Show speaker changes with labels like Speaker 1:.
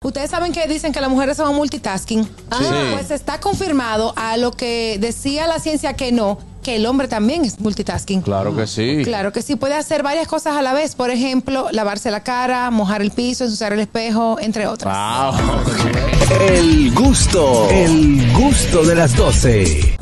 Speaker 1: Ustedes saben que dicen que las mujeres son multitasking. Ah, Pues está confirmado a lo que decía la ciencia que no, que el hombre también es multitasking.
Speaker 2: Claro que sí.
Speaker 1: Claro que sí, puede hacer varias cosas a la vez. Por ejemplo, lavarse la cara, mojar el piso, ensuciar el espejo, entre otras.
Speaker 2: Wow.
Speaker 3: El gusto, el gusto de las 12.